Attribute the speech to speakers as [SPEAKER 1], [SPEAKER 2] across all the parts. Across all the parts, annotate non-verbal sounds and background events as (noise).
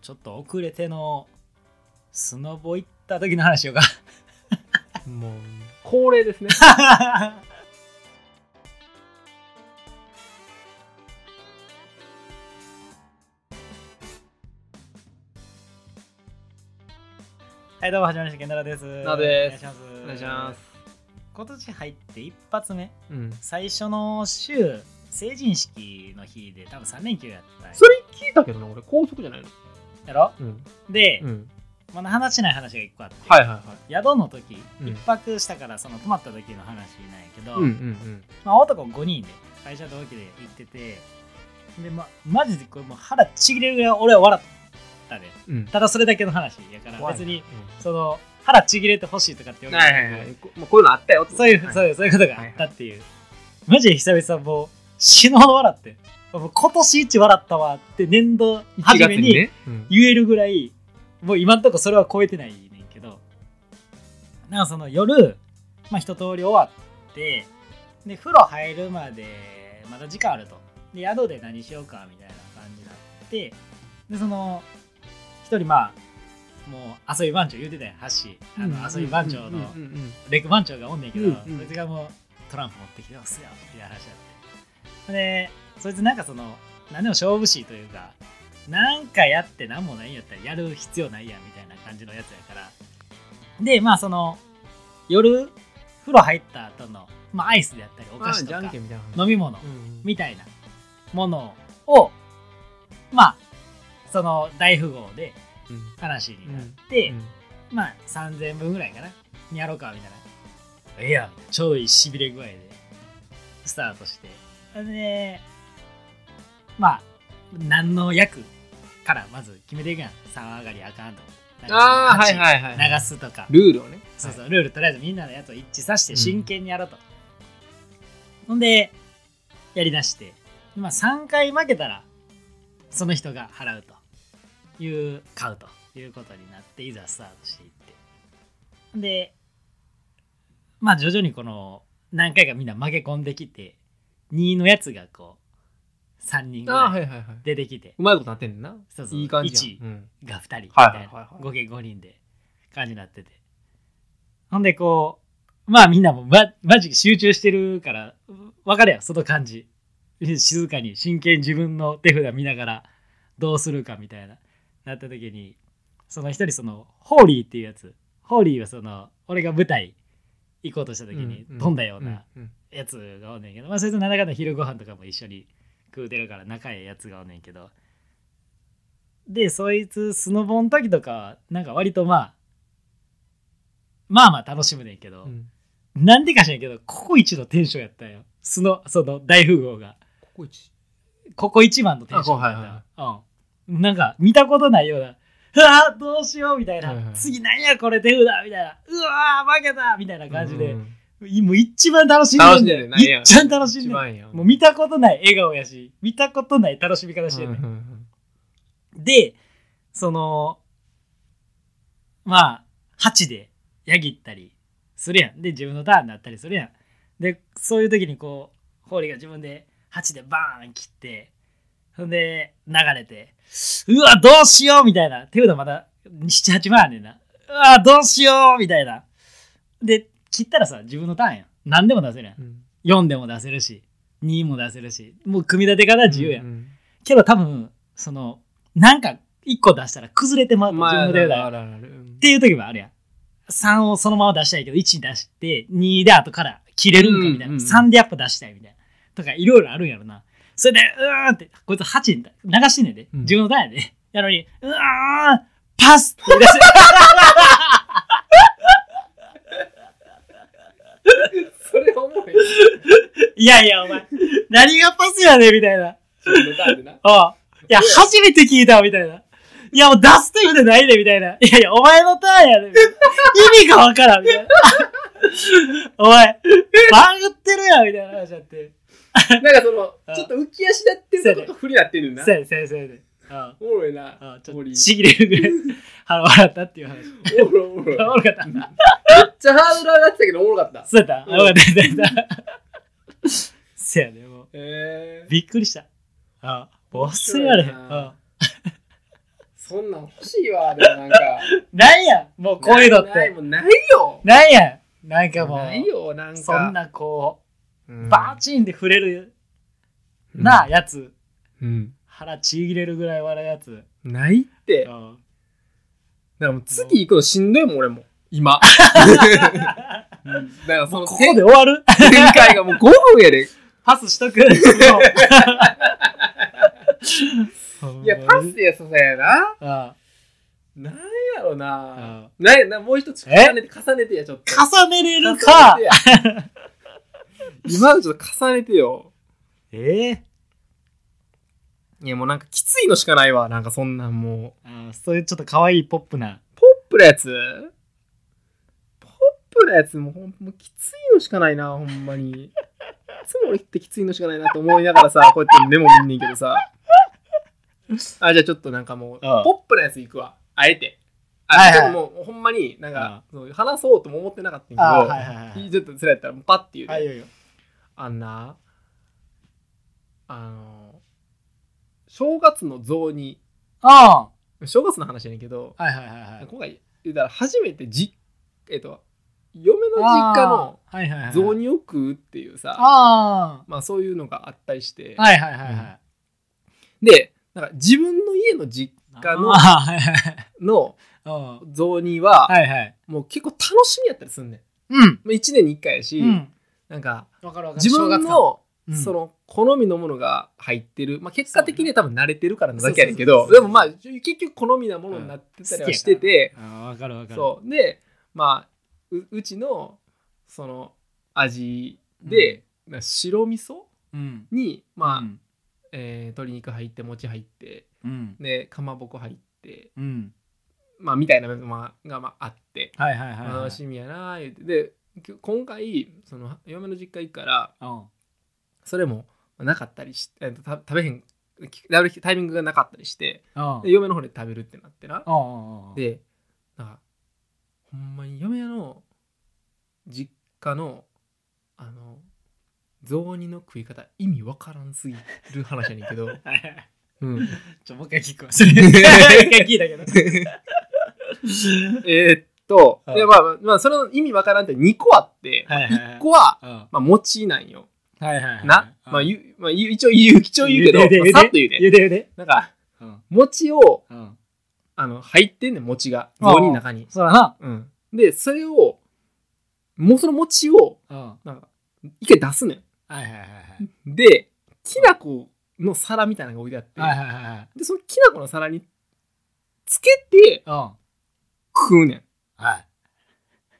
[SPEAKER 1] ちょっと遅れてのスノボ行った時の話しようか (laughs)
[SPEAKER 2] もう
[SPEAKER 3] 恒例ですね。
[SPEAKER 1] はいどうもはじめまして健太郎です
[SPEAKER 3] なおです
[SPEAKER 1] お
[SPEAKER 3] (laughs)
[SPEAKER 1] 願
[SPEAKER 3] お
[SPEAKER 1] い
[SPEAKER 3] 願い
[SPEAKER 1] し
[SPEAKER 3] し
[SPEAKER 1] ま
[SPEAKER 3] ますす。
[SPEAKER 1] 今年入って一発目
[SPEAKER 2] うん
[SPEAKER 1] 最初の週成人式の日で多分3連休やったんや
[SPEAKER 3] それ聞いたけどな、俺、高速じゃないの。
[SPEAKER 1] やろ
[SPEAKER 2] うん
[SPEAKER 1] で、
[SPEAKER 2] うん
[SPEAKER 1] まだ話しない話が1個あって、
[SPEAKER 2] はいはいはい
[SPEAKER 1] 宿の時、
[SPEAKER 2] うん
[SPEAKER 1] 一泊したからその泊まった時の話なんやけど、
[SPEAKER 2] うんうん
[SPEAKER 1] まあ、男5人で会社同期で行っててで、ま、マジでこれもう腹ちぎれるぐらい俺は笑ったで
[SPEAKER 2] うんうん
[SPEAKER 1] ただそれだけの話やから
[SPEAKER 2] 怖い
[SPEAKER 1] 別に
[SPEAKER 2] う
[SPEAKER 1] その腹ちぎれてほしいとかってわけじゃなく
[SPEAKER 3] こまあこういうのあったよって
[SPEAKER 1] そういう、
[SPEAKER 2] はい
[SPEAKER 1] そういうそういうことがあったっていう、マジで久々もう死ぬほど笑ってもう今年一笑ったわって年度
[SPEAKER 2] ん
[SPEAKER 1] 初めに
[SPEAKER 2] ねうん
[SPEAKER 1] 言えるぐらいもう今んとこそれは超えてないねんけどなんかその夜、まあ、一通り終わってで風呂入るまでまだ時間あるとで宿で何しようかみたいな感じになってでその一人まあもう遊び番長言うてたやん橋あの遊び番長の
[SPEAKER 2] うんうんうん
[SPEAKER 1] レク番長がおんねんけど、
[SPEAKER 2] うんうん
[SPEAKER 1] そいつがもうトランプ持ってきてますよっていう話だってでそいつなんかその何でも勝負師というかなんかやって何もないんやったらやる必要ないやんみたいな感じのやつやからでまあその夜風呂入った後のまあアイスであったりお
[SPEAKER 2] あ
[SPEAKER 1] 菓
[SPEAKER 2] ー
[SPEAKER 1] 子と
[SPEAKER 2] じ
[SPEAKER 1] か
[SPEAKER 2] ゃんけんみたいな話
[SPEAKER 1] 飲み物
[SPEAKER 2] うん
[SPEAKER 1] みたいなものをまあその大富豪で
[SPEAKER 2] うん
[SPEAKER 1] 話になって、
[SPEAKER 2] うん
[SPEAKER 1] まあ3000分ぐらいかなにやろうかみたいな。いや、ちょうどいいしびれ具合でスタートして。で、まあ、何の役からまず決めていくやん。騒上がりあかんとか。
[SPEAKER 2] ああはいはいはい
[SPEAKER 1] 流すとか。
[SPEAKER 2] ルールをね
[SPEAKER 1] そうそう、ルールとりあえずみんなのやつを一致させて真剣にやろうと。ほんで、やりだして、まあ、3回負けたら、その人が払うという、買うということになって、いざスタートしていって。ほんで、まあ徐々にこの、何回かみんな負け込んできて、2のやつがこう、3人ぐ
[SPEAKER 2] ああーは
[SPEAKER 1] らい
[SPEAKER 2] いはいはいう
[SPEAKER 1] 出てきて、
[SPEAKER 2] まいことなってんねんな
[SPEAKER 1] そうそう
[SPEAKER 2] いい感じ
[SPEAKER 1] 一
[SPEAKER 2] やんうん
[SPEAKER 1] が2人みたい
[SPEAKER 2] はいはいはい
[SPEAKER 1] な
[SPEAKER 2] はい
[SPEAKER 1] 合計5人で感じになっててほんでこうまあみんなもまマジ集中してるから分かるやんその感じ静かに真剣に自分の手札見ながらどうするかみたいななった時にその一人そのホーリーっていうやつホーリーはその俺が舞台行こうとした時に
[SPEAKER 2] うんうん
[SPEAKER 1] 飛んだような
[SPEAKER 2] うんうん
[SPEAKER 1] やつがおんねんけど、まあ、それとなんだかんだ昼ご飯とかも一緒に食うてるから仲いいやつがおんねんけどでそいつスノボの時とかはなんか割とまあまあまあ楽しむねんけど、
[SPEAKER 2] うん
[SPEAKER 1] なんでか知らんけどココイチのテンションやったんよスノその大富豪が
[SPEAKER 2] ここ一
[SPEAKER 1] ここ一番のテンションだったよ
[SPEAKER 2] あ
[SPEAKER 1] うん、なんか見たことないような「うわーどうしよう」みたいな「
[SPEAKER 2] はいはい
[SPEAKER 1] 次なんやこれ手札」みたいな「うわー負けた」みたいな感じで、
[SPEAKER 2] うんうん
[SPEAKER 1] もう一番楽しんで
[SPEAKER 2] 楽しん
[SPEAKER 1] るんだ
[SPEAKER 2] で
[SPEAKER 1] よ
[SPEAKER 2] るなんや
[SPEAKER 1] いっちゃん楽しん
[SPEAKER 2] 一
[SPEAKER 1] でる
[SPEAKER 2] 番やん
[SPEAKER 1] もう見たことない笑顔やし見たことない楽しみ方してるね、
[SPEAKER 2] うんうん
[SPEAKER 1] でそのまあ鉢でやぎったりするやんで自分のターンになったりするやんでそういう時にこうホーリーが自分で鉢でバーン切ってほんで流れてうわどうしようみたいな手札まだ78万あんねんなうわどうしようみたいなで切ったらさ自分のターンやん何でも出せるやん
[SPEAKER 2] うんうん
[SPEAKER 1] 4でも出せるし2も出せるしもう組み立て方は自由やん、
[SPEAKER 2] うんうん
[SPEAKER 1] けど多分そのなんか1個出したら崩れてまうと自
[SPEAKER 2] まあ
[SPEAKER 1] 分の手札
[SPEAKER 2] あ
[SPEAKER 1] っ
[SPEAKER 2] るあるあるうん
[SPEAKER 1] ていう時もあるやん3をそのまま出したいけど1出して2で後から切れるんかみたいな、
[SPEAKER 2] うんうん
[SPEAKER 1] 3でやっぱ出したいみたいなとかいろいろあるんやろなそれでうーんってこいつ8に流してんねんで、
[SPEAKER 2] うん
[SPEAKER 1] 自分の台やでやのにうーんパスって言い出して
[SPEAKER 3] それ思うよ。
[SPEAKER 1] (laughs) いやいやお前何がパスやねんみたいな
[SPEAKER 3] 自分のターンでな。
[SPEAKER 1] ああ。いや、初めて聞いたわ、みたいな。いや、もう出すというでないで、みたいな。いやいや、お前のターンやで、みたいな意味がわからん、みたいな。 (laughs) お前、バグってるやん、みたいな話やって。
[SPEAKER 3] なんかそ
[SPEAKER 1] あ
[SPEAKER 3] の、ちょっと浮き足立ってるとこと不利なってるな
[SPEAKER 1] せ。やせやせやで。あ
[SPEAKER 3] おもろいな
[SPEAKER 1] あ、ああ。ちょ
[SPEAKER 3] おも
[SPEAKER 1] っ
[SPEAKER 3] ろ
[SPEAKER 1] と
[SPEAKER 3] い
[SPEAKER 1] ちぎれるぐ
[SPEAKER 3] (laughs)
[SPEAKER 1] らい、腹笑ったっていう話。
[SPEAKER 3] おもろいおもろい。
[SPEAKER 1] あおもろかった。
[SPEAKER 3] めっちゃハードル上がってたけどおもろかった。
[SPEAKER 1] そうやった。あよかった、よかった。せやで、もう。
[SPEAKER 3] えー、
[SPEAKER 1] びっくりした。ああ。忘れられへん。
[SPEAKER 3] 面白いな
[SPEAKER 1] ああ
[SPEAKER 3] そんなん欲しいわ、でもなんか。
[SPEAKER 1] なんやもうこういうのっ
[SPEAKER 3] ない
[SPEAKER 1] て。
[SPEAKER 3] もうないよ。
[SPEAKER 1] なんやなんかも
[SPEAKER 3] ない
[SPEAKER 1] うん
[SPEAKER 3] よ、なんか。
[SPEAKER 1] そんなこうバ
[SPEAKER 2] バ
[SPEAKER 1] ーチンで触れるなやつ
[SPEAKER 2] うん
[SPEAKER 1] 腹ちぎれるぐらい笑うやつ
[SPEAKER 2] ないだ
[SPEAKER 3] って。
[SPEAKER 1] う
[SPEAKER 3] だか
[SPEAKER 1] ん
[SPEAKER 2] からもう次行くのしんどいもん俺も今
[SPEAKER 3] らそ
[SPEAKER 1] もうこ
[SPEAKER 3] の
[SPEAKER 1] こ
[SPEAKER 3] 展
[SPEAKER 1] で終わる
[SPEAKER 3] 展開がもう5分
[SPEAKER 1] (laughs)
[SPEAKER 3] やで。
[SPEAKER 1] パスしとく
[SPEAKER 3] いや、パスやささやな。
[SPEAKER 1] あ
[SPEAKER 3] なんやろな。
[SPEAKER 1] あ
[SPEAKER 3] ないな、もう一つ重ねて、重ねてや、ちょっと。
[SPEAKER 1] 重ねれるか
[SPEAKER 3] 重ねてや今のちょっと重ねてよ。
[SPEAKER 1] ええ
[SPEAKER 2] いやもうなんかきついのしかないわなんかそんなんも
[SPEAKER 1] あそういうちょっと可愛いポップな
[SPEAKER 2] うポップなやつ
[SPEAKER 3] ポップなやつもほんもうきついのしかないな、ほんまに。いつも俺ってきついのしかないなと思いながらさ、こうやってメモ見んねんけどさ。あ、じゃあちょっとなんかもう、
[SPEAKER 1] ああ
[SPEAKER 3] ポップなやついくわ。あえて。あ、
[SPEAKER 1] はいはい
[SPEAKER 3] ちょっともうほんまになんか、そう話そうとも思ってなかったん
[SPEAKER 1] あ
[SPEAKER 3] やけど、
[SPEAKER 1] はいはいはいはい
[SPEAKER 3] ちょっとそれやったらもうパッて言う、ね
[SPEAKER 1] あいよいよ
[SPEAKER 3] あんな、あの、正月の雑煮、
[SPEAKER 1] あ
[SPEAKER 3] 正月の話やねんけど、
[SPEAKER 1] あはいはいはいはい
[SPEAKER 3] 今回言うたら初めてじ、えっと、嫁の実家の、
[SPEAKER 1] あーはいはいはい
[SPEAKER 3] 雑煮を食うっていうさ
[SPEAKER 1] あ
[SPEAKER 3] まあそういうのがあったりして、
[SPEAKER 1] あはいはいはいはい
[SPEAKER 3] でなんか自分の家の実家の
[SPEAKER 1] あーはいはいはい
[SPEAKER 3] の
[SPEAKER 1] うん
[SPEAKER 3] 雑煮は、
[SPEAKER 1] はいはい
[SPEAKER 3] もう結構楽しみやったりすんねん
[SPEAKER 1] うん
[SPEAKER 3] まあ1年に1回やし、
[SPEAKER 1] うん
[SPEAKER 3] なんか
[SPEAKER 1] わかるわかる
[SPEAKER 3] 自分の、
[SPEAKER 1] うん
[SPEAKER 3] その好みのものが入ってる、まあ、結果的には多分慣れてるからな
[SPEAKER 1] そうね
[SPEAKER 3] だけやねんけど
[SPEAKER 1] そうそう
[SPEAKER 3] で
[SPEAKER 1] そう
[SPEAKER 3] もまあ結局好みなものになってたりはしてて、
[SPEAKER 1] あーわかるわかる
[SPEAKER 3] そうでまあううちのその味で、な白味噌
[SPEAKER 1] うん
[SPEAKER 3] にまあ、
[SPEAKER 1] うん
[SPEAKER 3] えー鶏肉入って餅入って
[SPEAKER 1] うん
[SPEAKER 3] でかまぼこ入って
[SPEAKER 1] うん
[SPEAKER 3] まあみたいなまあがまああって
[SPEAKER 1] はいはいはいはい
[SPEAKER 3] 楽しみやなー言ってできょ今回その嫁の実家行くから
[SPEAKER 1] うん
[SPEAKER 3] それもなかったりして、えっとた食べへんき食べるタイミングがなかったりして
[SPEAKER 1] うん
[SPEAKER 3] で嫁の方で食べるってなってな
[SPEAKER 1] うんうんうん
[SPEAKER 3] でなんかほんまに嫁の実家のあの雑煮の食い方意味わからんすぎる話やねんけど、
[SPEAKER 1] はいはい
[SPEAKER 3] (laughs) うん、
[SPEAKER 1] ちょもう一回聞くわそれ一回聞いたけど
[SPEAKER 3] えーっと、
[SPEAKER 1] はい
[SPEAKER 3] でまあまあ、まあ、それの意味わからんって2個あって、
[SPEAKER 1] はいはいはい
[SPEAKER 3] 1個は、
[SPEAKER 1] うん
[SPEAKER 3] まあ、餅なんよ。
[SPEAKER 1] はいはいはい
[SPEAKER 3] な、
[SPEAKER 1] うん
[SPEAKER 3] まあ、言うまあ、言う一応言う、一応言うけど、
[SPEAKER 1] ゆでゆでゆで
[SPEAKER 3] まあさっと言うで。
[SPEAKER 1] ゆでゆで
[SPEAKER 3] なんか、
[SPEAKER 1] うん
[SPEAKER 3] 餅を、
[SPEAKER 1] うん
[SPEAKER 3] あの、入ってんねん、餅が。
[SPEAKER 1] ああ
[SPEAKER 3] 雑煮の中に。
[SPEAKER 1] そうだな
[SPEAKER 3] うん。で、それを、もうその餅を、
[SPEAKER 1] うんは
[SPEAKER 3] なんか、一回出すね
[SPEAKER 1] いはいはいはい
[SPEAKER 3] ん。で、きな粉の皿みたいなのが置いてあって、
[SPEAKER 1] はいはいはいはい
[SPEAKER 3] で、そのきな粉の皿につけて
[SPEAKER 1] うん
[SPEAKER 3] 食うねん。
[SPEAKER 1] はい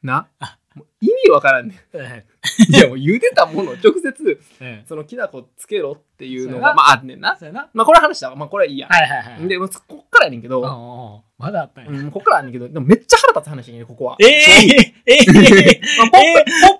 [SPEAKER 3] な
[SPEAKER 1] あ。
[SPEAKER 3] もう意味わからんねん。
[SPEAKER 1] うん (laughs)
[SPEAKER 3] いや、もう茹でたものを直接、
[SPEAKER 1] うん
[SPEAKER 3] そのきな粉つけろっていう
[SPEAKER 1] そ
[SPEAKER 3] の
[SPEAKER 1] うやな
[SPEAKER 3] が、まあ、あんねんな。
[SPEAKER 1] そうやな
[SPEAKER 3] まあ、これは話したわ。まあ、これはいいや。
[SPEAKER 1] はいはいはい
[SPEAKER 3] で、もうこっからやねんけ
[SPEAKER 1] うんう
[SPEAKER 3] ど、
[SPEAKER 1] んうんまだあったんや
[SPEAKER 3] うん、こっからやねんけど、でもめっちゃ腹立つ話やねん、ここは。
[SPEAKER 1] ええええ
[SPEAKER 3] まあポッ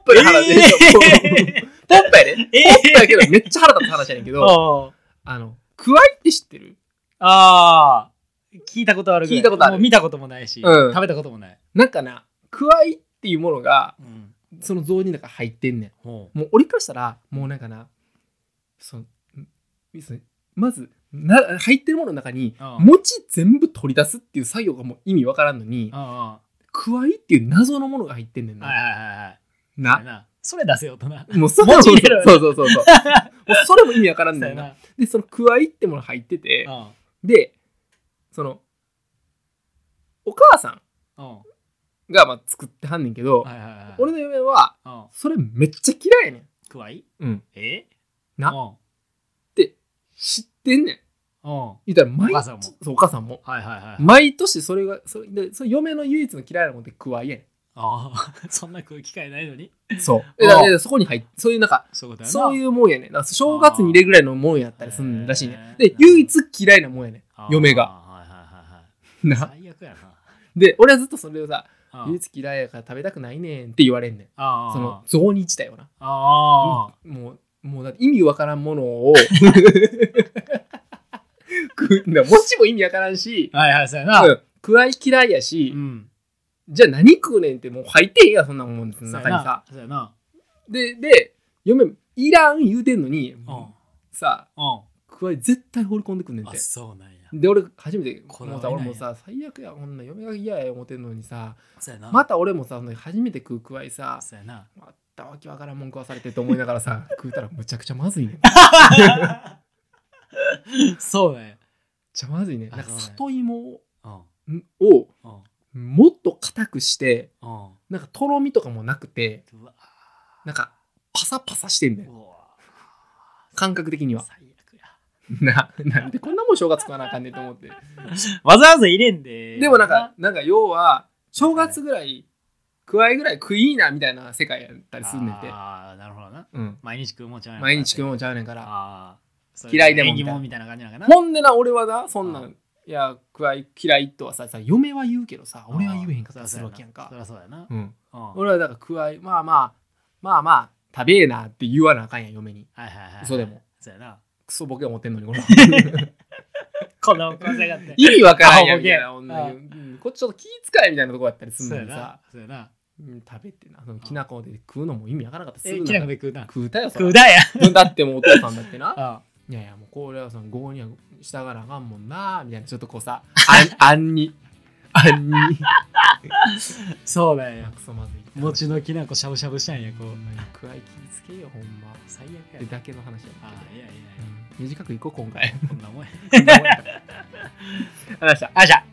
[SPEAKER 3] プ、ポップの話
[SPEAKER 1] (laughs)
[SPEAKER 3] でしょ。ポップやで。ポッ
[SPEAKER 1] え
[SPEAKER 3] プやけど、めっちゃ腹立つ話やねんけど、
[SPEAKER 1] あ
[SPEAKER 3] あの、くわいって知ってる
[SPEAKER 1] あー、聞いたことあるぐら
[SPEAKER 3] 聞いたことある
[SPEAKER 1] もう見たこともないし、
[SPEAKER 3] うん
[SPEAKER 1] 食べたこともない。
[SPEAKER 3] なんかな、くわいっていうものが、
[SPEAKER 1] うん。
[SPEAKER 3] その雑煮の中入ってんね
[SPEAKER 1] ほ
[SPEAKER 3] ん。もう、俺からしたら、もうなんかな、その、んそのまず、な入ってるものの中に、
[SPEAKER 1] うん
[SPEAKER 3] 餅全部取り出すっていう作業がもう意味わからんのに
[SPEAKER 1] う。、うんうん。は
[SPEAKER 3] くわいっていう謎のものが入ってんねん
[SPEAKER 1] い
[SPEAKER 3] な。
[SPEAKER 1] はいはいはい。
[SPEAKER 3] な。
[SPEAKER 1] なそれ出せよとな。
[SPEAKER 3] もうそれ
[SPEAKER 1] 文
[SPEAKER 3] も、
[SPEAKER 1] 字
[SPEAKER 3] そう
[SPEAKER 1] 入れろよ
[SPEAKER 3] そうそうそう。もうそれも意味わからん
[SPEAKER 1] そう
[SPEAKER 3] ね
[SPEAKER 1] や
[SPEAKER 3] んな。
[SPEAKER 1] な。
[SPEAKER 3] で、そのくわいってもの入ってて
[SPEAKER 1] う、ん。
[SPEAKER 3] で、その、お母さ
[SPEAKER 1] うん。
[SPEAKER 3] んがまあ作ってはんねんけど
[SPEAKER 1] はい、はいはい。
[SPEAKER 3] 俺の嫁は、
[SPEAKER 1] うん。
[SPEAKER 3] それめっちゃ嫌いやね
[SPEAKER 1] くわい
[SPEAKER 3] ん。うん。
[SPEAKER 1] え
[SPEAKER 3] な
[SPEAKER 1] うん。
[SPEAKER 3] って知ってんねん。
[SPEAKER 1] うん。は
[SPEAKER 3] 言ったら毎
[SPEAKER 1] お母さんも
[SPEAKER 3] そうお母さんも。
[SPEAKER 1] いはいはい。
[SPEAKER 3] 毎年それが、それでその嫁の唯一の嫌いなもんってくわいやね
[SPEAKER 1] ああ、 (laughs) そんな食う機会ないのに。
[SPEAKER 3] ん。そう。
[SPEAKER 1] うん
[SPEAKER 3] えだからそこに入って、そういうなんか、
[SPEAKER 1] そういうことやな。。
[SPEAKER 3] そういううもんやねん。なんか正月に入れるぐらいのもんやったりするらしいね
[SPEAKER 1] あー
[SPEAKER 3] ん。
[SPEAKER 1] へ
[SPEAKER 3] で
[SPEAKER 1] ー、
[SPEAKER 3] 唯一嫌いなもんやねん。嫁が。
[SPEAKER 1] はいはいはい
[SPEAKER 3] な
[SPEAKER 1] はい。最悪や
[SPEAKER 3] で、俺はずっとそれをさ、
[SPEAKER 1] な。うん
[SPEAKER 3] 唯一嫌いやから食べたくないねんって言われんねん。
[SPEAKER 1] ああ。
[SPEAKER 3] その雑煮自体はな。
[SPEAKER 1] ああ。
[SPEAKER 3] もう、もうだって意味わからんもの
[SPEAKER 1] (laughs)
[SPEAKER 3] を。くな餅も意味わからんし、
[SPEAKER 1] はいはい、そうやな
[SPEAKER 3] う。ん食わい嫌いやし、
[SPEAKER 1] うん。
[SPEAKER 3] じゃあ何食うねんってもう入ってへんやんそんなもんで
[SPEAKER 1] そ
[SPEAKER 3] す
[SPEAKER 1] うや
[SPEAKER 3] 中にさ
[SPEAKER 1] な。。そうやな。
[SPEAKER 3] で、で、嫁、いらん言うてんのに、
[SPEAKER 1] うん。
[SPEAKER 3] さ、
[SPEAKER 1] うん。
[SPEAKER 3] くわい絶対放り込んでくんねん
[SPEAKER 1] あ
[SPEAKER 3] て。
[SPEAKER 1] そうなんやな。
[SPEAKER 3] で俺初めて
[SPEAKER 1] こだ
[SPEAKER 3] 思
[SPEAKER 1] わ
[SPEAKER 3] っ
[SPEAKER 1] りな
[SPEAKER 3] た
[SPEAKER 1] いな
[SPEAKER 3] 俺もさ最悪やこんな嫁が嫌や思ってんのにさ
[SPEAKER 1] そうやな。
[SPEAKER 3] また俺もさ初めて食う食わいさ
[SPEAKER 1] そうやな。
[SPEAKER 3] またわけわからんもん食わされてと思いながらさ
[SPEAKER 1] (laughs)
[SPEAKER 3] 食うたらむちゃくちゃまずいねめっ
[SPEAKER 1] そうだよ。
[SPEAKER 3] ちゃまずいね
[SPEAKER 1] あ
[SPEAKER 3] なんか
[SPEAKER 1] そうね
[SPEAKER 3] 里芋
[SPEAKER 1] うん。
[SPEAKER 3] を
[SPEAKER 1] うん。
[SPEAKER 3] もっと硬くして
[SPEAKER 1] うん。
[SPEAKER 3] なんかとろみとかもなくて
[SPEAKER 1] うわ
[SPEAKER 3] なんかパサパサしてんだよ
[SPEAKER 1] うわ
[SPEAKER 3] 感覚的には
[SPEAKER 1] 最悪や。
[SPEAKER 3] ななんでこんなもん正月食わなあかんねんと思って
[SPEAKER 1] わざわざ入れんで。
[SPEAKER 3] でもなんか、なんか要は正月ぐらい食わいぐらい食いいなみたいな世界やったりすんねんて、
[SPEAKER 1] ああ、なるほどな。
[SPEAKER 3] うん、
[SPEAKER 1] 毎日食うもんちゃうやん
[SPEAKER 3] 毎日食うもんちゃうねんから
[SPEAKER 1] ああ。
[SPEAKER 3] 嫌いでも
[SPEAKER 1] 縁起
[SPEAKER 3] みたいな
[SPEAKER 1] 物みたいな感じなんかな。
[SPEAKER 3] ほんでな俺はなそんな
[SPEAKER 1] あ
[SPEAKER 3] んいや食わい嫌いとはささ嫁は言うけどさ俺は言えへんかったりするわけやん
[SPEAKER 1] そ
[SPEAKER 3] か
[SPEAKER 1] り、ゃそうやな。
[SPEAKER 3] うん、
[SPEAKER 1] うん。はい
[SPEAKER 3] 俺はだから食わいまあまあまあまあ食べえなって言わなあかんやん嫁に
[SPEAKER 1] はいはい。
[SPEAKER 3] 嘘でも。
[SPEAKER 1] そうやな。
[SPEAKER 3] クソボケ思ってんのに俺 (laughs) は
[SPEAKER 1] こんなお母さんがって。
[SPEAKER 3] 意味わからんやん
[SPEAKER 1] アホボ
[SPEAKER 3] み
[SPEAKER 1] ケ
[SPEAKER 3] たいな女に、うん、こっちちょっと気遣いみたいなとこやったりすん
[SPEAKER 1] そうや
[SPEAKER 3] のにさ
[SPEAKER 1] な。そうやな。
[SPEAKER 3] うん食べてなそのきなこで食うのも意味わからなかったす
[SPEAKER 1] え、
[SPEAKER 3] ぐ
[SPEAKER 1] きなこで食うな。
[SPEAKER 3] 食うたよそ
[SPEAKER 1] 食
[SPEAKER 3] ら
[SPEAKER 1] うだや。
[SPEAKER 3] うんだってもうお父さんだって (laughs) な
[SPEAKER 1] あ
[SPEAKER 3] いやいやもうこれはその合には従わなあかんもんなみたいなちょっとこうさあんあんにあんに
[SPEAKER 1] あそうだよ
[SPEAKER 3] あ。クソまずい
[SPEAKER 1] 餅のきなこしゃぶしゃぶしたんや、こう
[SPEAKER 3] ほ。んまに食わい気つけよほんま
[SPEAKER 1] 最悪や
[SPEAKER 3] って。だけの話や
[SPEAKER 1] ああ、いやいやい (laughs)
[SPEAKER 3] (laughs) うん短くいこう今回
[SPEAKER 1] や、こんなもんや。
[SPEAKER 3] こんなもんやから話した
[SPEAKER 1] あじゃあ。